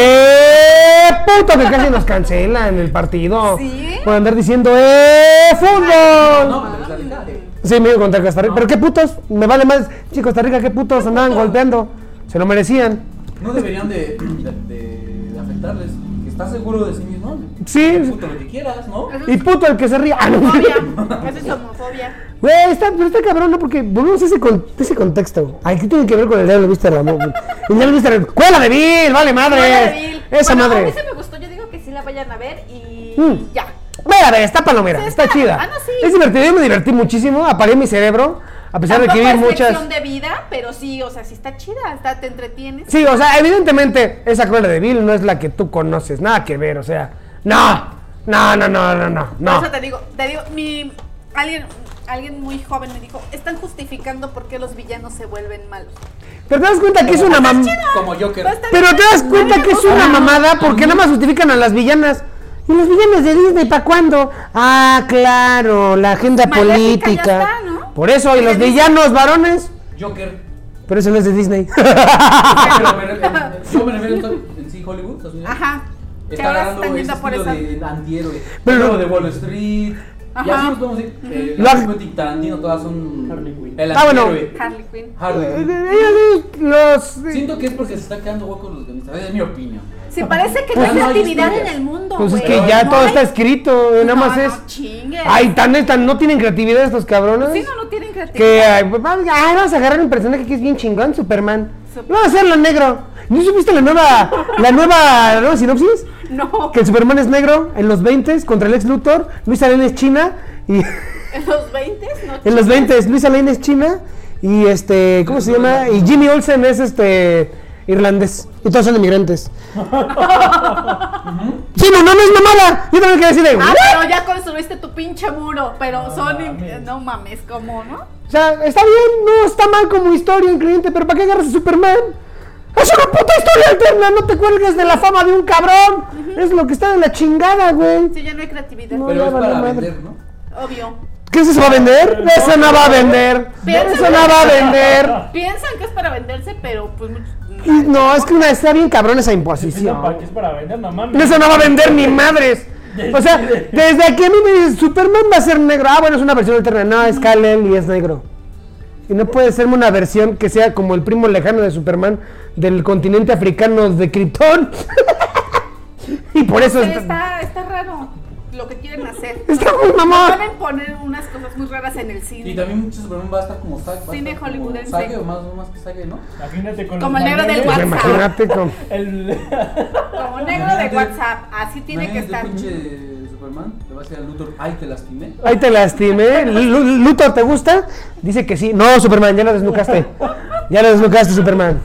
Speaker 2: ¡Eh! Puto, que casi nos cancelan el partido.
Speaker 3: ¿Sí?
Speaker 2: Por andar diciendo ¡Eh! ¡Fútbol!
Speaker 6: No, pero es la realidad. eh.
Speaker 2: Sí, me iba contra Costa Rica. Pero qué putos, me vale más. Sí, Costa Rica, qué putos andaban golpeando. Se lo merecían.
Speaker 6: No deberían de, de, de- de afectarles. ¿Estás seguro de sí mismo?
Speaker 2: Sí.
Speaker 6: Puto lo que quieras, ¿no?
Speaker 3: Eso
Speaker 2: Y
Speaker 3: es
Speaker 2: puto el que se ría. Ah, no.
Speaker 3: homofobia. Eso es homofobia.
Speaker 2: Güey, está, pero está cabrón, ¿no? Porque volvemos a ese, con- ese contexto. Aquí tiene que ver con el diablo viste al amor. El diablo viste al ¡Cuela de Bill! ¡Vale madre!
Speaker 3: Bueno, Bill,
Speaker 2: Esa
Speaker 3: bueno, A
Speaker 2: madre.
Speaker 3: mí se me gustó, yo digo que sí la vayan a ver y
Speaker 2: Mm.
Speaker 3: ya.
Speaker 2: Ve a ver, está palomera,
Speaker 3: Sí,
Speaker 2: está,
Speaker 3: está-
Speaker 2: chida.
Speaker 3: ah, no, sí.
Speaker 2: Es divertido, yo me divertí muchísimo, apagué mi cerebro, a pesar de
Speaker 3: Tampoco
Speaker 2: que vi
Speaker 3: es
Speaker 2: muchas.
Speaker 3: lección de vida, pero sí, o sea, sí está chida, está, te entretienes.
Speaker 2: Sí, o sea, evidentemente esa Cruella de Bill no es la que tú conoces, nada que ver, o sea, no, no, no, no, no, no,
Speaker 3: Por
Speaker 2: no.
Speaker 3: eso te digo, te digo, mi alguien, alguien muy joven me dijo, están justificando por qué los villanos se vuelven malos.
Speaker 2: Pero te das cuenta que es una mamá.
Speaker 6: Como Joker.
Speaker 3: Va a estar
Speaker 2: Pero
Speaker 3: bien,
Speaker 2: te das
Speaker 3: a mí
Speaker 2: cuenta
Speaker 3: me
Speaker 2: que es
Speaker 3: gusta.
Speaker 2: una mamada porque nada más justifican a las villanas. ¿Y los villanos de Disney para cuándo? Ah, claro, la agenda
Speaker 3: Maléfica ya
Speaker 2: política.
Speaker 3: está, ¿no?
Speaker 2: Por eso, y
Speaker 3: Y de
Speaker 2: los
Speaker 3: Disney.
Speaker 2: villanos varones.
Speaker 6: Joker.
Speaker 2: Pero eso no es de Disney.
Speaker 6: Pero me refiero- yo me refiero en sí Hollywood, Estados Unidos.
Speaker 3: Ajá. Que
Speaker 6: ¿Eh? Está
Speaker 3: ahora se
Speaker 6: agarrando
Speaker 3: están
Speaker 6: ese
Speaker 3: yendo por
Speaker 6: estilo
Speaker 3: esa.
Speaker 6: de antihéroe.
Speaker 2: Pero-
Speaker 6: Pero de Wall Street. Y
Speaker 3: Ajá.
Speaker 6: así nos podemos ir. Eh,
Speaker 2: Lo
Speaker 6: las
Speaker 2: ha-
Speaker 6: Quentin Tarantino todas son.
Speaker 5: Harley Quinn.
Speaker 6: El
Speaker 2: Ah, bueno.
Speaker 6: antihéroe.
Speaker 3: Harley Quinn.
Speaker 6: Harley Quinn.
Speaker 2: los.
Speaker 6: Siento que es porque se están quedando huecos los guionistas. Es mi opinión.
Speaker 3: Se parece que
Speaker 6: Pues
Speaker 3: no hay
Speaker 6: no hay
Speaker 3: actividad en
Speaker 6: historias.
Speaker 3: el mundo,
Speaker 2: Pues es
Speaker 3: güey.
Speaker 2: que ya
Speaker 3: No
Speaker 2: todo
Speaker 3: hay-
Speaker 2: está escrito, nada
Speaker 3: No,
Speaker 2: más
Speaker 3: no
Speaker 2: es.
Speaker 3: chingues.
Speaker 2: Ay, tan, tan, no tienen creatividad estos cabrones.
Speaker 3: Sí, no, no tienen
Speaker 2: Que
Speaker 3: creatividad.
Speaker 2: ay, pues, vamos, ay, vamos a agarrar un personaje que es bien chingón, Superman.
Speaker 3: Sup-
Speaker 2: Vamos a hacerlo negro. ¿No supiste la nueva, la nueva, la nueva sinopsis?
Speaker 3: No,
Speaker 2: Que el Superman es negro en los 20 contra el ex Luthor, Luis Lane es china y en
Speaker 3: en los 20 no.
Speaker 2: los 20 Luis Lane es china y este, ¿cómo se llama? Y Jimmy Olsen es este irlandés y todos son inmigrantes. sí, no, no, no es mamada. Yo también quería decir de,
Speaker 3: Ah,
Speaker 2: "What?".
Speaker 3: pero ya construiste tu pinche muro, pero son...
Speaker 5: mames.
Speaker 3: No mames, ¿cómo, no?
Speaker 2: O sea, está bien, no está mal como historia incluyente, pero ¿para qué agarras a Superman? ¡Es una puta historia alterna! ¡No te cuelgues de la fama de un cabrón! Es lo que está de la chingada, güey.
Speaker 3: Sí, ya no hay creatividad,
Speaker 2: No.
Speaker 6: Pero
Speaker 2: ya
Speaker 6: es
Speaker 2: valió
Speaker 6: para
Speaker 2: madre.
Speaker 6: vender, ¿no?
Speaker 3: obvio.
Speaker 2: ¿Qué eso se va a vender? Eso no va a vender.
Speaker 3: Piensa-
Speaker 2: Eso no va a vender.
Speaker 3: Piensan que es para venderse, pero pues... muchos-
Speaker 2: Y No, es que una está bien cabrón esa
Speaker 5: Piensan para qué
Speaker 2: imposición.
Speaker 5: es para vender, no mames.
Speaker 2: Eso no va a vender ni madres. O sea, desde que a mí me dicen Superman va a ser negro. Ah, bueno, es una versión alterna. No, es Kal-El y es negro. Y no puede serme una versión que sea como el primo lejano de Superman del continente africano de Krypton. y por eso
Speaker 3: Sí,
Speaker 2: está,
Speaker 3: está, está raro lo que quieren hacer.
Speaker 2: está muy mamón.
Speaker 3: Pueden poner unas cosas muy raras en el
Speaker 6: Y
Speaker 3: cine.
Speaker 6: también mucho Superman va a estar como saga.
Speaker 3: Cine hollywoodense.
Speaker 6: Sague o más, más que sague, ¿no?
Speaker 5: Imagínate con
Speaker 3: Como
Speaker 5: los
Speaker 3: el negro del
Speaker 5: magnolias.
Speaker 3: WhatsApp.
Speaker 2: pues, Imagínate como-
Speaker 5: El...
Speaker 3: Como negro de WhatsApp, así tiene que estar.
Speaker 6: Imagínate pinche Superman le va a decir a Luthor, ay, te lastimé.
Speaker 2: Ahí te lastimé. Lu- Luthor, ¿te gusta? Dice que sí. No, Superman, ya lo desnucaste. Ya lo desnucaste, Superman.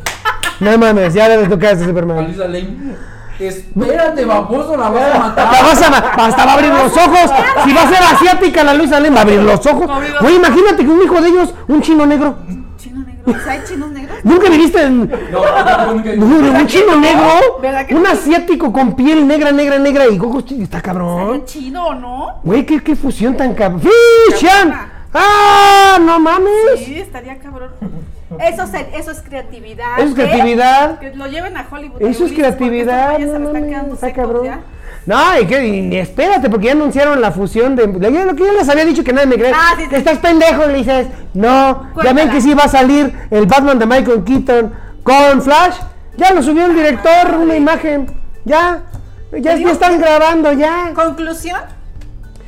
Speaker 2: No mames, ya lo desnucaste,
Speaker 6: A
Speaker 2: Superman.
Speaker 6: Luisa Lane. Espérate, baboso, la vas a matar.
Speaker 2: La vas a ma- hasta va a abrir los ojos. Si va a ser asiática la Luisa Lane, va a abrir los ojos. Güey, imagínate que un hijo de ellos, un chino negro.
Speaker 3: Chino negro. O sea, hay chinos negros.
Speaker 2: ¿Nunca viviste en,
Speaker 6: No, no, nunca-
Speaker 2: No, no, un chino negro,
Speaker 3: ¿Verdad que
Speaker 2: un
Speaker 3: sí?
Speaker 2: asiático con piel negra, negra, negra y ojos chinos, está cabrón.
Speaker 3: ¿Qué chino o no?
Speaker 2: Güey, ¿qué, qué fusión tan cabrón. ¡Fichan! ¡Ah! ¡No mames!
Speaker 3: Sí, estaría cabrón. Eso es, eso es creatividad.
Speaker 2: Eso es
Speaker 3: ¿eh?
Speaker 2: creatividad.
Speaker 3: Que lo lleven a Hollywood.
Speaker 2: Eso es
Speaker 3: Ulises, porque
Speaker 2: creatividad.
Speaker 3: estos güeyes se me
Speaker 2: No
Speaker 3: están
Speaker 2: mames,
Speaker 3: quedando
Speaker 2: está
Speaker 3: secos
Speaker 2: cabrón.
Speaker 3: ya.
Speaker 2: No, y que y espérate, porque ya anunciaron la fusión de. ya- Lo que yo les había dicho que nadie me cree.
Speaker 3: Ah, sí, sí.
Speaker 2: Que estás pendejo, le dices. No, ya ven
Speaker 3: Cuéntala.
Speaker 2: que sí va a salir el Batman de Michael Keaton con Flash. Ya lo subió el director, una imagen. Ya. Ya, ya
Speaker 3: digo
Speaker 2: están grabando, ya.
Speaker 3: Conclusión.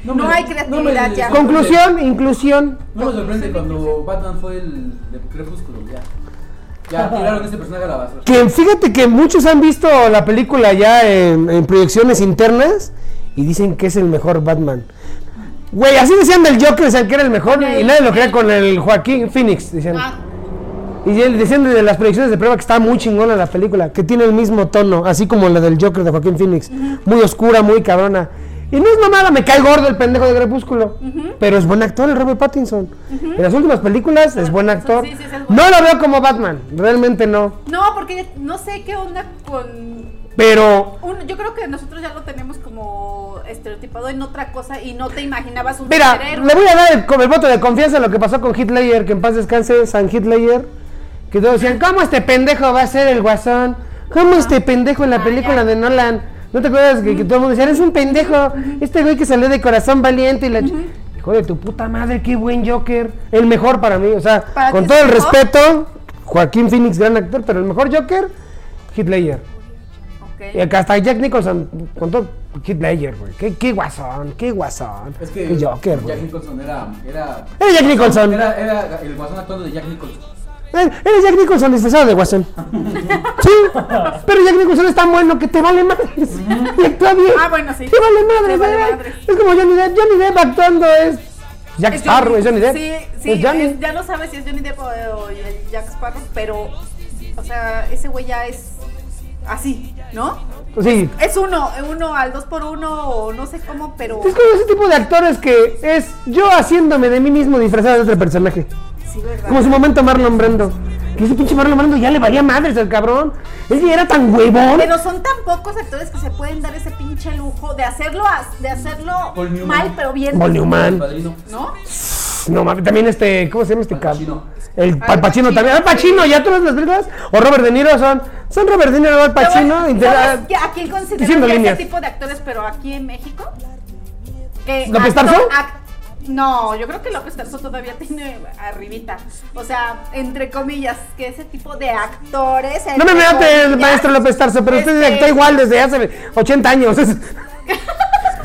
Speaker 3: No, hay creatividad ya.
Speaker 2: Conclusión, inclusión.
Speaker 6: No me sorprende cuando Batman fue el de Crepúsculo, ya. Ya tiraron ese personaje a la basura.
Speaker 2: Que fíjate que muchos han visto la película ya en, en proyecciones internas y dicen que es el mejor Batman. Güey, así decían del Joker, decían que era el mejor y nadie lo creía con el Joaquín Phoenix, decían.
Speaker 3: Ah,
Speaker 2: Y él- decían de las proyecciones de prueba que está muy chingona la película, que tiene el mismo tono, así como la del Joker de Joaquín Phoenix. Muy oscura, muy cabrona. Y no es mamada, me cae gordo el pendejo de Crepúsculo. Pero es buen actor el Robert Pattinson. En las últimas películas es buen actor.
Speaker 3: sí, sí, es el buen
Speaker 2: no lo veo como Batman, realmente no.
Speaker 3: no, porque no sé qué onda con...
Speaker 2: Pero
Speaker 3: un- yo creo que nosotros ya lo tenemos como estereotipado en otra cosa y no te imaginabas un
Speaker 2: Mira,
Speaker 3: superhéroe.
Speaker 2: le voy a dar el, como el voto de confianza a lo que pasó con Hitler, que en paz descanse, San Hitler. Que todos decían, ¿cómo este pendejo va a ser el guasón? ¿Cómo este pendejo en la película de Nolan? ¿No te acuerdas que, que todo el mundo decía, eres un pendejo? Este güey que salió de corazón valiente y la... ch- Hijo de tu puta madre, qué buen Joker. El mejor para mí, o sea,
Speaker 3: ¿Para
Speaker 2: con
Speaker 3: ti
Speaker 2: todo
Speaker 3: es
Speaker 2: el
Speaker 3: el mejor?
Speaker 2: respeto, Joaquín Phoenix, gran actor, pero el mejor Joker, Hitler.
Speaker 3: Ok.
Speaker 2: Y acá Eh, hasta Jack Nicholson, con todo Hitler, güey. ¿Qué, qué guasón, qué guasón.
Speaker 6: Es que
Speaker 2: qué Joker, güey.
Speaker 6: Jack Nicholson era. Era,
Speaker 2: Era Jack Nicholson. Era,
Speaker 6: era, era el guasón actuando de Jack Nicholson.
Speaker 2: era Eh, Jack Nicholson disfrazado de Guasón. sí, pero Jack Nicholson es tan bueno que te vale madre. y actúa bien.
Speaker 3: Ah, bueno, sí.
Speaker 2: Te vale madre,
Speaker 3: Te vale
Speaker 2: ¿verdad?
Speaker 3: madres.
Speaker 2: Es como Johnny Depp. Johnny Depp actuando es Jack
Speaker 3: Es
Speaker 2: Sparrow, es Johnny Depp.
Speaker 3: Sí, sí,
Speaker 2: Es Johnny.
Speaker 3: es- ya no sabes si es Johnny Depp o, o el Jack Sparrow, pero, o sea, ese güey ya es así, ¿no?
Speaker 2: Sí.
Speaker 3: Es uno, uno al dos por uno o no sé cómo, pero
Speaker 2: Es como ese tipo de actores que es yo haciéndome de mí mismo disfrazado de otro personaje.
Speaker 3: sí, ¿verdad?
Speaker 2: Como en su momento Marlon Brando. Que ese pinche Marlon Brando ya le valía madres al cabrón. Es que era tan huevón.
Speaker 3: Pero son tan pocos actores que se pueden dar ese pinche lujo de hacerlo, as- de hacerlo
Speaker 6: Paul Newman.
Speaker 3: mal, pero bien.
Speaker 2: Paul
Speaker 6: El
Speaker 2: Newman.
Speaker 6: padrino.
Speaker 3: ¿No?
Speaker 2: No mames, también este, ¿cómo se llama este
Speaker 6: Al
Speaker 2: cabrón?
Speaker 6: Pacino.
Speaker 2: El
Speaker 3: Al
Speaker 2: Al Pacino
Speaker 3: Pacino,
Speaker 2: también. Al Pacino, ya todas las películas. O Robert De Niro son. Son Robert De Niro, Al Pacino.
Speaker 3: ¿Sabes-
Speaker 2: Ah, y te-
Speaker 3: sabes que ¿A quién
Speaker 2: diciendo
Speaker 3: consideran que
Speaker 2: líneas.
Speaker 3: ese tipo de actores, pero aquí en México? Que
Speaker 2: ¿López
Speaker 3: actor-
Speaker 2: Tarso?
Speaker 3: ac- No, yo creo que López Tarso todavía tiene arribita. O sea, entre comillas, que ese tipo de actores.
Speaker 2: No me
Speaker 3: entre
Speaker 2: mate el
Speaker 3: comillas,
Speaker 2: maestro López Tarso, pero usted
Speaker 3: este,
Speaker 2: actúa igual desde hace 80 años. Es-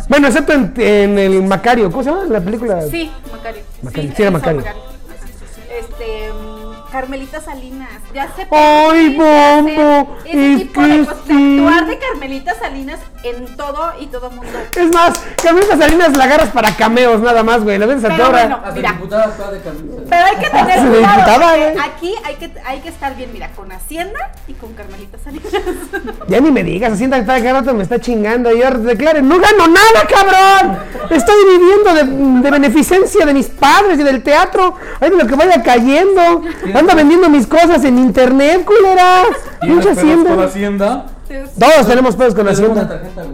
Speaker 2: bueno, excepto en, en el Macario. ¿Cómo se llama la película?
Speaker 3: Sí, Macario.
Speaker 2: Macario, sí
Speaker 3: él
Speaker 2: era
Speaker 3: hizo
Speaker 2: Macario.
Speaker 3: Ajá. Este, mm, Carmelita Salinas, ya se
Speaker 2: ¡Ay,
Speaker 3: permite
Speaker 2: Bombo!
Speaker 3: hacer Ese
Speaker 2: Y
Speaker 3: tipo de cosas, de
Speaker 2: Cristi.
Speaker 3: actuar de Carmelita Salinas en todo y todo mundo.
Speaker 2: Es más, Camila Salinas la agarras para cameos nada más, güey. La ves a
Speaker 3: Pero
Speaker 2: toda hora.
Speaker 3: bueno.
Speaker 6: Hasta
Speaker 3: Mira.
Speaker 6: la diputada actuaba de Carmen.
Speaker 3: Pero hay que tener
Speaker 2: Ah, Se
Speaker 3: cuidado.
Speaker 2: disfrutaba,
Speaker 3: porque
Speaker 2: ¿eh?
Speaker 3: Aquí hay que, hay que estar bien, mira, con Hacienda y con Carmelita Salinas.
Speaker 2: Ya ni me digas, sienta que cada rato me está chingando. Y ahora declare, no gano nada, cabrón. Estoy viviendo de, de beneficencia de mis padres y del teatro. Ay, de lo que vaya cayendo. Anda vendiendo mis cosas en internet, culera. Pinche
Speaker 5: Tienes pedos
Speaker 2: hacienda.
Speaker 5: con Hacienda.
Speaker 3: Entonces,
Speaker 2: Todos tenemos pedos con la
Speaker 6: Tenemos una
Speaker 2: hacienda.
Speaker 6: tarjeta,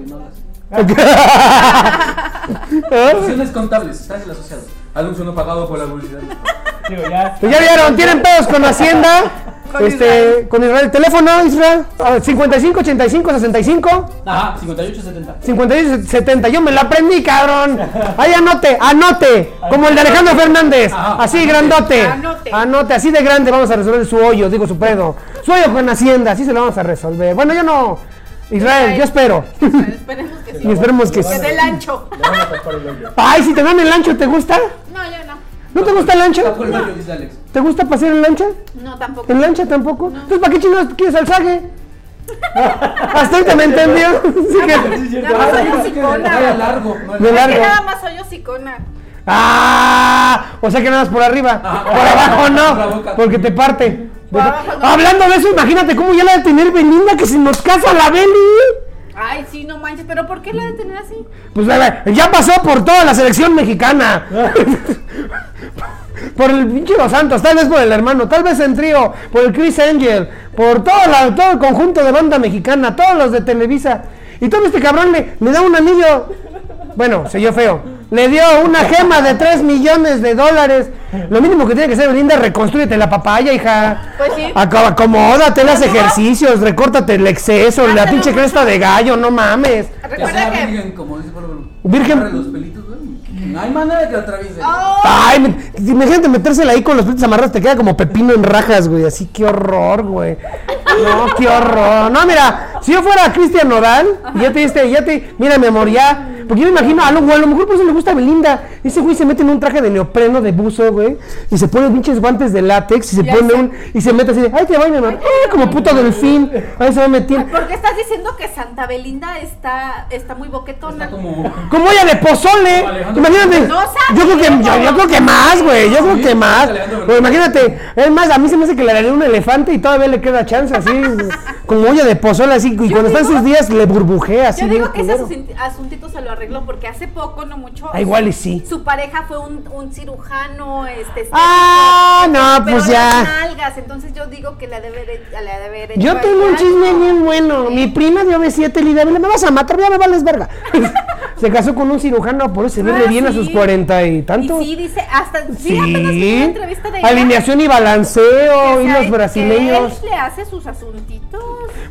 Speaker 6: güey, no las.
Speaker 2: ¿Eh?
Speaker 6: Opciones contables, estás en la sociedad. Anuncio no pagado por la publicidad.
Speaker 5: Digo, ya.
Speaker 2: Pues ya vieron, tienen pedos con hacienda.
Speaker 3: Con
Speaker 2: Este, con Israel, el teléfono, Israel, Ah, A ver, 55 85 65
Speaker 6: Ajá, 5870.
Speaker 2: 56, 70, yo me la aprendí, cabrón. Ahí anote, anote. Como el de Alejandro Fernández.
Speaker 6: Ajá.
Speaker 2: Así grandote.
Speaker 3: Anote.
Speaker 2: Anote, así de grande vamos a resolver su hoyo, digo su pedo. Su hoyo con Hacienda, así se lo vamos a resolver. Bueno, yo no. Israel, yo espero.
Speaker 3: esperemos que
Speaker 2: y
Speaker 3: sí.
Speaker 2: esperemos que sí.
Speaker 3: Que dé el ancho.
Speaker 5: Le van a tapar el hoyo.
Speaker 2: Ay, si te dan el ancho, ¿te gusta?
Speaker 3: No, yo no.
Speaker 2: ¿No te gusta el ancho?
Speaker 6: Tampoco el hoyo, dice Alex.
Speaker 2: ¿Te gusta pasear en lancha?
Speaker 3: No, tampoco.
Speaker 2: ¿En lancha tampoco? Entonces, ¿para qué chingados quieres alzaje? Hasta ahorita me entendió. Sí que-
Speaker 3: Nada más soy
Speaker 6: Era
Speaker 3: hocicona.
Speaker 6: largo, no
Speaker 2: De
Speaker 6: era
Speaker 3: Es que
Speaker 2: largo.
Speaker 3: nada más soy hocicona.
Speaker 2: ¡Ah! O sea que nada más por arriba. por abajo
Speaker 6: Ah. Por la
Speaker 2: no.
Speaker 6: boca.
Speaker 2: Porque te parte.
Speaker 3: Por abajo no.
Speaker 2: Hablando de eso, imagínate cómo ya la de tener Belinda que se nos casa la Beli.
Speaker 3: Ay, sí, no manches. ¿Pero por qué la de tener así?
Speaker 2: Pues a ver, ya pasó por toda la selección mexicana. por el pinche Los Santos, tal vez por el hermano, tal vez en trío, por el Chris Angel, por todo, la- todo el conjunto de banda mexicana, todos los de Televisa. Y todo este cabrón le, le da un anillo. Bueno, se yo feo. Le dio una gema de 3 millones de dólares. Lo mínimo que tiene que hacer Belinda, reconstrúyete la papaya, hija.
Speaker 3: Pues sí.
Speaker 2: Acaba, acomódate, haz ejercicios, recórtate el exceso, la
Speaker 3: Hazte
Speaker 2: pinche
Speaker 3: mucho.
Speaker 2: cresta de gallo, no mames.
Speaker 6: O
Speaker 3: Recuerda
Speaker 6: sea,
Speaker 3: que.
Speaker 6: virgen, como dice Pablo.
Speaker 2: Virgen.
Speaker 6: Agarra los pelitos, güey. No hay manera que lo atraviese.
Speaker 3: Oh,
Speaker 2: Ay, me- imagínate metérsela ahí con los pelitos amarrados, te queda como pepino en rajas, güey. Así, qué horror, güey. No, qué horror. No, mira, si yo fuera Cristian Nodal, y ya te diste, ya te. Mira, mi amor, ya. Porque yo me imagino, a lo, a lo mejor por eso le gusta a Belinda. Ese güey se mete en un traje de neopreno, de buzo, güey. Y se pone pinches guantes de látex y se
Speaker 3: Ya
Speaker 2: pone
Speaker 3: sé.
Speaker 2: un. Y se mete así de, ay, te va mi amor. ¡Eh, como puto delfín. Ahí se va metiendo.
Speaker 3: ¿Por qué estás diciendo que Santa Belinda está, está muy boquetona?
Speaker 6: Está como.
Speaker 2: Como olla de pozole.
Speaker 6: Alejandro
Speaker 2: Imagínate.
Speaker 3: No sabía.
Speaker 2: Yo creo que, yo, yo creo que más, güey. Yo creo
Speaker 6: Sí,
Speaker 2: que más.
Speaker 6: Alejandro
Speaker 2: Pero
Speaker 6: Fernández.
Speaker 2: imagínate. Es más, a mí se me hace que le daría un elefante y todavía le queda chance, así. como olla de pozole, así. Y cuando está en
Speaker 3: digo-
Speaker 2: sus días, le burbujea, así.
Speaker 3: Yo
Speaker 2: bien
Speaker 3: digo que ese
Speaker 2: culero.
Speaker 3: asun- asuntito se lo arregló porque hace poco, no mucho.
Speaker 2: Ah, igual y sí.
Speaker 3: Su pareja fue un, un cirujano, este.
Speaker 2: Ah,
Speaker 3: estético,
Speaker 2: no,
Speaker 3: pero
Speaker 2: pues
Speaker 3: las
Speaker 2: ya.
Speaker 3: nalgas, entonces yo digo que la debe de, la debe haber hecho
Speaker 2: Yo tengo un
Speaker 3: algo.
Speaker 2: chisme bien bueno. Mi prima dio B7 y le dije, me vas a matar, ya me vales verga. se casó con un cirujano, por eso se
Speaker 3: Ah,
Speaker 2: verle bien a
Speaker 3: sí.
Speaker 2: sus cuarenta y tantos.
Speaker 3: Y sí, dice, hasta. Sí, apenas vi una
Speaker 2: Sí,
Speaker 3: entrevista de ella,
Speaker 2: alineación y balanceo,
Speaker 3: que
Speaker 2: y
Speaker 3: sabe
Speaker 2: los brasileños.
Speaker 3: que él le hace sus asuntitos.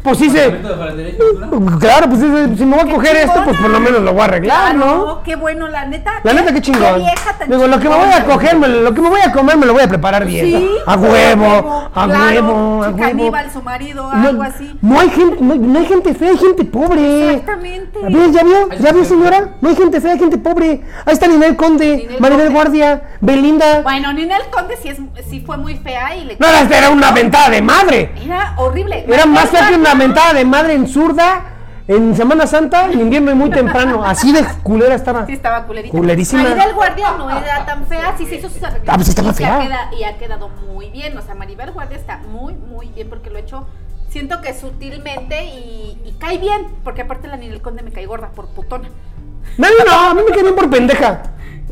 Speaker 2: Pues sí, se,
Speaker 6: Departamento de Farandería y Cultura.
Speaker 2: Claro, pues si- si me voy a coger esto, pues por lo menos lo voy a arreglar, ¿no?
Speaker 3: Ah, Qué bueno, la neta.
Speaker 2: La neta, qué chingón.
Speaker 3: vieja tan
Speaker 2: Digo, lo que me voy a
Speaker 3: chingona.
Speaker 2: coger, me- lo que me voy a comer, me lo voy a preparar bien.
Speaker 3: Sí,
Speaker 2: a huevo, a
Speaker 3: claro,
Speaker 2: huevo, a
Speaker 3: un
Speaker 2: huevo.
Speaker 3: caníbal, su marido, algo
Speaker 2: No,
Speaker 3: así.
Speaker 2: no hay gente, no, hay- no hay gente fea, hay gente pobre.
Speaker 3: Exactamente.
Speaker 2: ¿Ve? ¿Ya vio?
Speaker 6: Hay
Speaker 2: ¿Ya vio,
Speaker 6: gente
Speaker 2: señora?
Speaker 6: fea.
Speaker 2: No hay gente fea, hay gente pobre. Ahí está Ninel Conde,
Speaker 3: Ninel
Speaker 2: Maribel
Speaker 3: Conde.
Speaker 2: Guardia, Belinda.
Speaker 3: Bueno, Ninel Conde sí, es, sí fue muy fea y le.
Speaker 2: No, era- era una ventada de madre.
Speaker 3: Era horrible.
Speaker 2: Era más
Speaker 3: Maribel
Speaker 2: fea que una
Speaker 3: Guardia-
Speaker 2: mentada de madre en zurda, en Semana Santa, en invierno y muy temprano. Así de culera estaba.
Speaker 3: Sí, estaba culerita.
Speaker 2: Culerísima.
Speaker 3: Maribel Guardia no era tan fea, sí se hizo sus arreglos.
Speaker 2: Ah, pues estaba
Speaker 3: y se ha
Speaker 2: fea.
Speaker 3: queda- y ha quedado muy bien. O sea, Maribel Guardia está muy, muy bien porque lo he hecho. Siento que sutilmente y, y cae bien, porque aparte la Ninel Conde me cae gorda por putona.
Speaker 2: No, no, no, a mí me quedé bien por pendeja.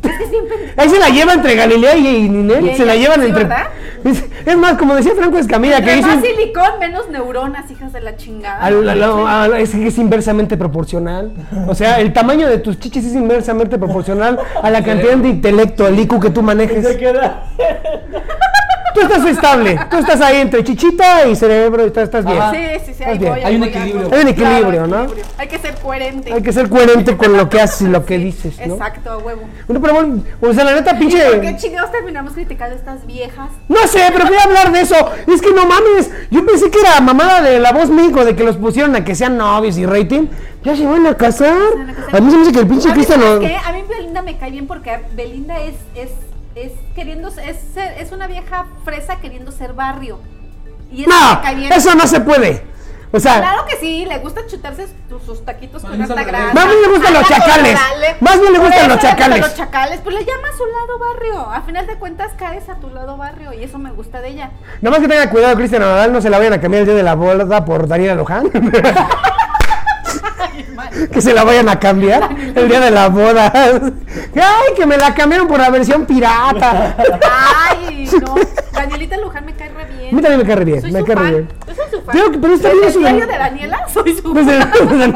Speaker 3: Es que siempre.
Speaker 2: Ahí se la lleva entre Galilea y, y Ninel,
Speaker 3: Y
Speaker 2: se la
Speaker 3: ella,
Speaker 2: llevan
Speaker 3: sí,
Speaker 2: entre.
Speaker 3: ¿verdad?
Speaker 2: Es, es más, como decía Franco Escamilla, que
Speaker 3: Entre
Speaker 2: dice.
Speaker 3: más silicón, menos neuronas, hijas de la chingada.
Speaker 2: al- al- al- es que es inversamente proporcional. O sea, el tamaño de tus chichis es inversamente proporcional a la cantidad de intelecto, el IQ que tú
Speaker 5: Se
Speaker 2: manejes.
Speaker 5: queda.
Speaker 2: Tú estás estable, tú estás ahí entre chichita y cerebro, y estás, estás bien.
Speaker 6: Ajá.
Speaker 3: Sí, sí, sí,
Speaker 2: Estás
Speaker 3: ahí
Speaker 2: bien.
Speaker 3: voy, ahí
Speaker 6: Hay un
Speaker 3: voy,
Speaker 6: equilibrio.
Speaker 3: algo.
Speaker 2: Hay un equilibrio, ¿no?
Speaker 3: Hay que ser coherente.
Speaker 2: Hay que ser coherente con lo que haces y lo que dices, ¿no?
Speaker 3: Exacto, a huevo.
Speaker 2: Bueno, pero bueno, o sea, la neta, pinche.
Speaker 3: ¿Por qué chingados terminamos criticando a estas viejas?
Speaker 2: No sé, pero voy a hablar de eso. Es que no mames. Yo pensé que era mamada de la voz México, de que los pusieron a que sean novios y rating. Ya se van a casar. A mí se me dice que el pinche
Speaker 3: A mí,
Speaker 2: Cristian
Speaker 3: ¿sabes
Speaker 2: lo.
Speaker 3: qué? A mí Belinda me cae bien porque Belinda es, es, es queriendo, es, ser- es una vieja fresa queriendo ser barrio. Y eso me cae
Speaker 2: No,
Speaker 3: bien.
Speaker 2: eso no se puede. O sea,
Speaker 3: Claro que sí, le gusta chutarse sus, sus taquitos
Speaker 6: Más
Speaker 3: con
Speaker 6: bien
Speaker 3: harta
Speaker 6: al revés.
Speaker 3: grasa.
Speaker 2: Más bien le gustan los
Speaker 3: Anda con
Speaker 2: chacales.
Speaker 3: Dale.
Speaker 2: Más bien le
Speaker 3: Por
Speaker 2: gustan
Speaker 3: eso
Speaker 2: los chacales.
Speaker 3: Los chacales, pues le llama a su lado barrio. A final de cuentas caes a tu lado barrio y eso me gusta de ella.
Speaker 2: nada más que tenga cuidado, Cristian Nadal, no se la vayan a cambiar el día de la boda por Daniela Luján. que se la vayan a cambiar el día de la boda. Ay, que me la cambiaron por la versión pirata.
Speaker 3: Ay, no. Danielita Luján me cae re bien.
Speaker 2: A mí también me cae re bien,
Speaker 3: Soy
Speaker 2: me
Speaker 3: su
Speaker 2: cae re
Speaker 3: fan.
Speaker 2: bien.
Speaker 3: Yo soy su fan.
Speaker 2: Digo que- pero está bien
Speaker 3: Desde
Speaker 2: eso
Speaker 3: el
Speaker 2: de-
Speaker 3: diario de Daniela, soy su
Speaker 2: Pues,
Speaker 3: fan.
Speaker 2: eh,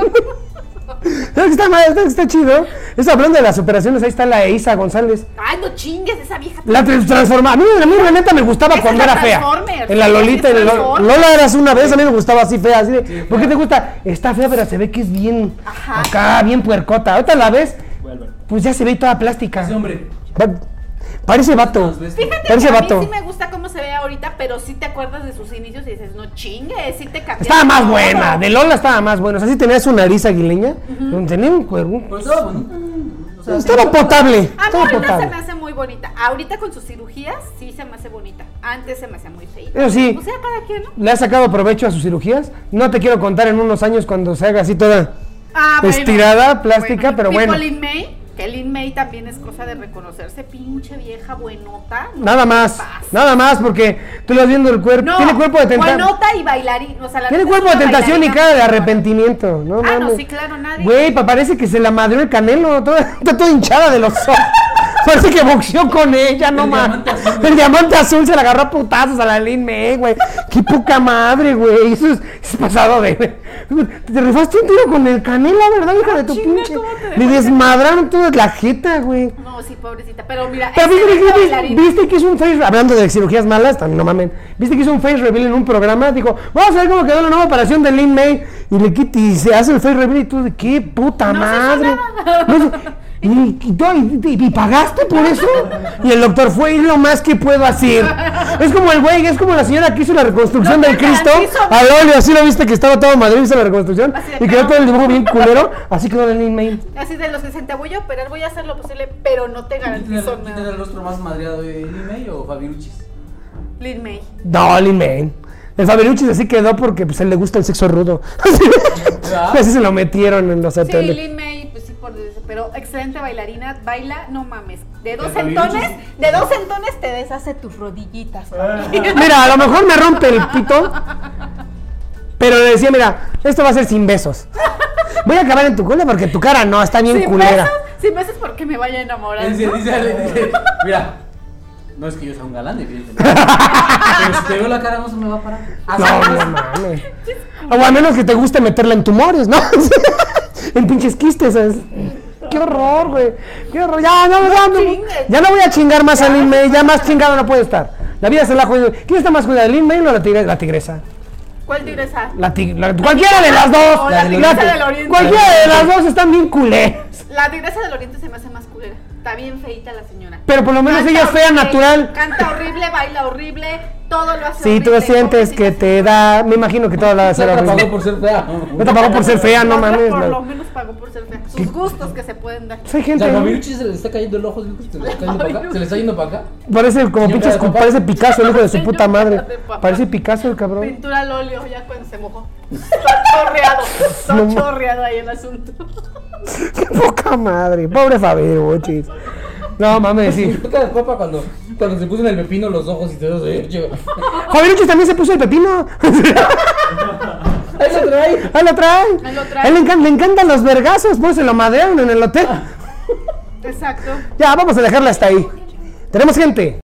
Speaker 2: ¿Sabes qué está, mal? ¿Sabes qué está chido. Es hablando de las operaciones, ahí está la Eiza González.
Speaker 3: Ay, no chingues, esa vieja.
Speaker 2: La tra- transforma. A mí, a mí la neta me gustaba
Speaker 3: Esa
Speaker 2: cuando
Speaker 3: es la
Speaker 2: era fea.
Speaker 3: Transformer.
Speaker 2: En la Lolita, en el Lo-
Speaker 3: Transformer.
Speaker 2: Lola eras una vez, a mí me gustaba así fea. Así de, ¿Por qué
Speaker 6: claro.
Speaker 2: te gusta? Está fea, pero se ve que es bien
Speaker 3: Ajá.
Speaker 2: acá, bien puercota. Ahorita la ves,
Speaker 5: Vuelve.
Speaker 2: pues ya se ve toda plástica.
Speaker 6: Ese hombre.
Speaker 2: Va- parece vato.
Speaker 6: Nos ves.
Speaker 3: Fíjate
Speaker 2: Pero
Speaker 3: que
Speaker 2: ese
Speaker 3: a
Speaker 2: vato.
Speaker 3: mí sí me gusta cómo se ve ahorita, pero sí te acuerdas de sus inicios y dices, no chingues, sí te cambió.
Speaker 2: Estaba más buena, de Lola estaba más buena. O sea, sí tenía su nariz aguileña, pero tenía un cuervo.
Speaker 6: Pero estaba bonito. O sea,
Speaker 2: Estaba potable.
Speaker 3: A mí
Speaker 2: Estaba
Speaker 3: ahorita se
Speaker 2: potable.
Speaker 3: me hace muy bonita. Ahorita con sus cirugías sí se me hace bonita. Antes se me hacía muy feita.
Speaker 2: Eso sí.
Speaker 3: O sea, cada quien, ¿no?
Speaker 2: ¿Le ha sacado provecho a sus cirugías? No te quiero contar en unos años cuando se haga así toda
Speaker 3: Ah, bueno.
Speaker 2: estirada, plástica, pero
Speaker 3: tipo
Speaker 2: bueno.
Speaker 3: Lin May, que Lin May también es cosa de reconocerse, pinche vieja buenota. no
Speaker 2: Nada
Speaker 3: te
Speaker 2: más,
Speaker 3: pases.
Speaker 2: nada más, porque tú le vas viendo el cuerpo.
Speaker 3: No,
Speaker 2: tiene cuerpo de tentación.
Speaker 3: buenota y bailarín, o sea, la
Speaker 2: Tiene
Speaker 3: neta es
Speaker 2: cuerpo de
Speaker 3: una
Speaker 2: tentación y
Speaker 3: bailarina
Speaker 2: cara de
Speaker 3: muy
Speaker 2: arrepentimiento. No,
Speaker 3: buena. Ah, no,
Speaker 2: mames.
Speaker 3: sí, claro, nadie.
Speaker 2: Güey, pa- parece que se la madrió el canelo. Toda, está toda hinchada de los ojos. Parece que boxeó con ella, no
Speaker 6: El
Speaker 2: mames.
Speaker 6: diamante azul, güey.
Speaker 2: El diamante azul se la agarró a putazos a la Lin May, güey. Qué poca madre, güey. Eso es, es pasado de. Te rifaste un tiro con el canela, ¿verdad, hijo de tu
Speaker 3: Ah, chinga,
Speaker 2: pinche?
Speaker 3: ¿cómo te
Speaker 2: Le
Speaker 3: dejaste?
Speaker 2: desmadraron toda la jeta, güey.
Speaker 3: No, sí, pobrecita, pero mira,
Speaker 2: Pero
Speaker 3: excelente
Speaker 2: viste, que- viste-
Speaker 3: bailarina.
Speaker 2: viste que hizo un face hablando de cirugías malas, también no mamen. Viste que hizo un face reveal en un programa, dijo, vamos a ver cómo quedó la nueva operación de Lin May y le quita y se hace el face reveal y tú de qué puta
Speaker 3: No se hizo
Speaker 2: madre.
Speaker 3: nada.
Speaker 2: No se- ¿Y, y tú- y- y- y pagaste por eso? Y el doctor fue, es lo más que puedo hacer. Es como el güey, es como la señora que hizo la reconstrucción
Speaker 3: No te
Speaker 2: del Cristo
Speaker 3: garantizo,
Speaker 2: al óleo, así lo viste que estaba todo Madrid hizo la reconstrucción
Speaker 3: Así de
Speaker 2: y quedó
Speaker 3: no.
Speaker 2: todo el dibujo bien culero, así quedó el email.
Speaker 3: Así de los que dicen, te voy a operar, voy a hacer lo posible, pero no te
Speaker 6: ¿Quién tiene
Speaker 3: garantizo
Speaker 6: quién tiene el
Speaker 3: nada.
Speaker 6: rostro más madreado, Lime o Fabiruchis?
Speaker 3: Lin May.
Speaker 2: No, el email. El Faberuchis así quedó porque pues, a él le gusta el sexo rudo. así se lo metieron en los
Speaker 3: Sí,
Speaker 2: hoteles.
Speaker 3: Lin May, pues sí, por pero excelente bailarina, baila, no mames. De dos
Speaker 5: Está bien,
Speaker 3: entones, de dos entones te deshace tus rodillitas.
Speaker 6: Ah.
Speaker 3: papi.
Speaker 2: Mira, a lo mejor me rompe el pito. Pero le decía, mira, esto va a ser sin besos. Voy a acabar en tu cola porque tu cara no, está bien
Speaker 3: Si
Speaker 2: culera.
Speaker 3: besas, si besas porque me vaya a enamorar.
Speaker 6: Dice,
Speaker 3: ¿no?
Speaker 6: dice, Ale, dice, mira, no es que yo sea un galán, evidentemente. Pero si te veo la cara, no se me va a parar.
Speaker 2: No, no mames. O a menos que te guste meterla en tumores, ¿no? en pinches quistes. ¿sabes? Qué horror, güey. Qué horror. Ya, no, ya, no,
Speaker 3: chingues.
Speaker 2: ya no voy a chingar más al Inmail. Ya más chingado no puede estar. La vida se la ha jodido. ¿Quién está más jodida, el Inmail o la, tigre- la tigresa?
Speaker 3: ¿Cuál tigresa?
Speaker 2: La tig- la- cualquiera de las dos.
Speaker 3: O la tigresa
Speaker 2: ti-
Speaker 3: del oriente.
Speaker 2: Cualquiera de las dos están bien culeras.
Speaker 3: La tigresa del oriente se me hace más culera. Está bien feita la señora.
Speaker 2: Pero por lo menos
Speaker 3: Canta
Speaker 2: ella es fea
Speaker 3: horrible,
Speaker 2: natural.
Speaker 3: Canta horrible, baila horrible, todo lo hace
Speaker 2: Si tú
Speaker 3: horrible,
Speaker 2: sientes que
Speaker 3: pobrecita
Speaker 2: te da. Me imagino que toda la
Speaker 6: Se
Speaker 2: será
Speaker 6: atrapado por ser fea.
Speaker 2: No te pagó por ser fea, no
Speaker 3: Otra
Speaker 2: mames.
Speaker 3: Por
Speaker 2: la-
Speaker 3: lo menos pagó por ser fea. Sus gustos que se pueden dar.
Speaker 2: Pues Hay
Speaker 6: O
Speaker 2: gente.
Speaker 6: sea,
Speaker 2: ¿no?
Speaker 6: Fabiruchis se le está cayendo el ojo, ¿sí? se le está yendo para acá. Se le está yendo para acá.
Speaker 2: Parece como pinches,
Speaker 6: Señora,
Speaker 2: parece Picasso, el hijo de su
Speaker 3: Señora,
Speaker 2: puta madre.
Speaker 3: de papá.
Speaker 2: Parece Picasso el cabrón.
Speaker 3: Pintura al óleo, ya cuando se mojó. Está chorreado. Está
Speaker 2: No mames.
Speaker 3: chorreado ahí el asunto.
Speaker 2: Qué poca madre. Pobre Fabiruchis. No mames,
Speaker 6: Sí.
Speaker 2: sí.
Speaker 6: Puta de copa cuando, cuando se puso en el pepino los ojos y ¿eh? te das ahí. yo-
Speaker 2: Fabiruchis también se puso el pepino.
Speaker 6: Ahí lo trae.
Speaker 2: Ahí lo trae.
Speaker 3: Ahí lo trae.
Speaker 2: A él le encan- le encantan los vergazos, pues se lo madrearon en el hotel.
Speaker 3: Exacto.
Speaker 2: Ya, vamos a dejarla hasta ahí. Tenemos gente.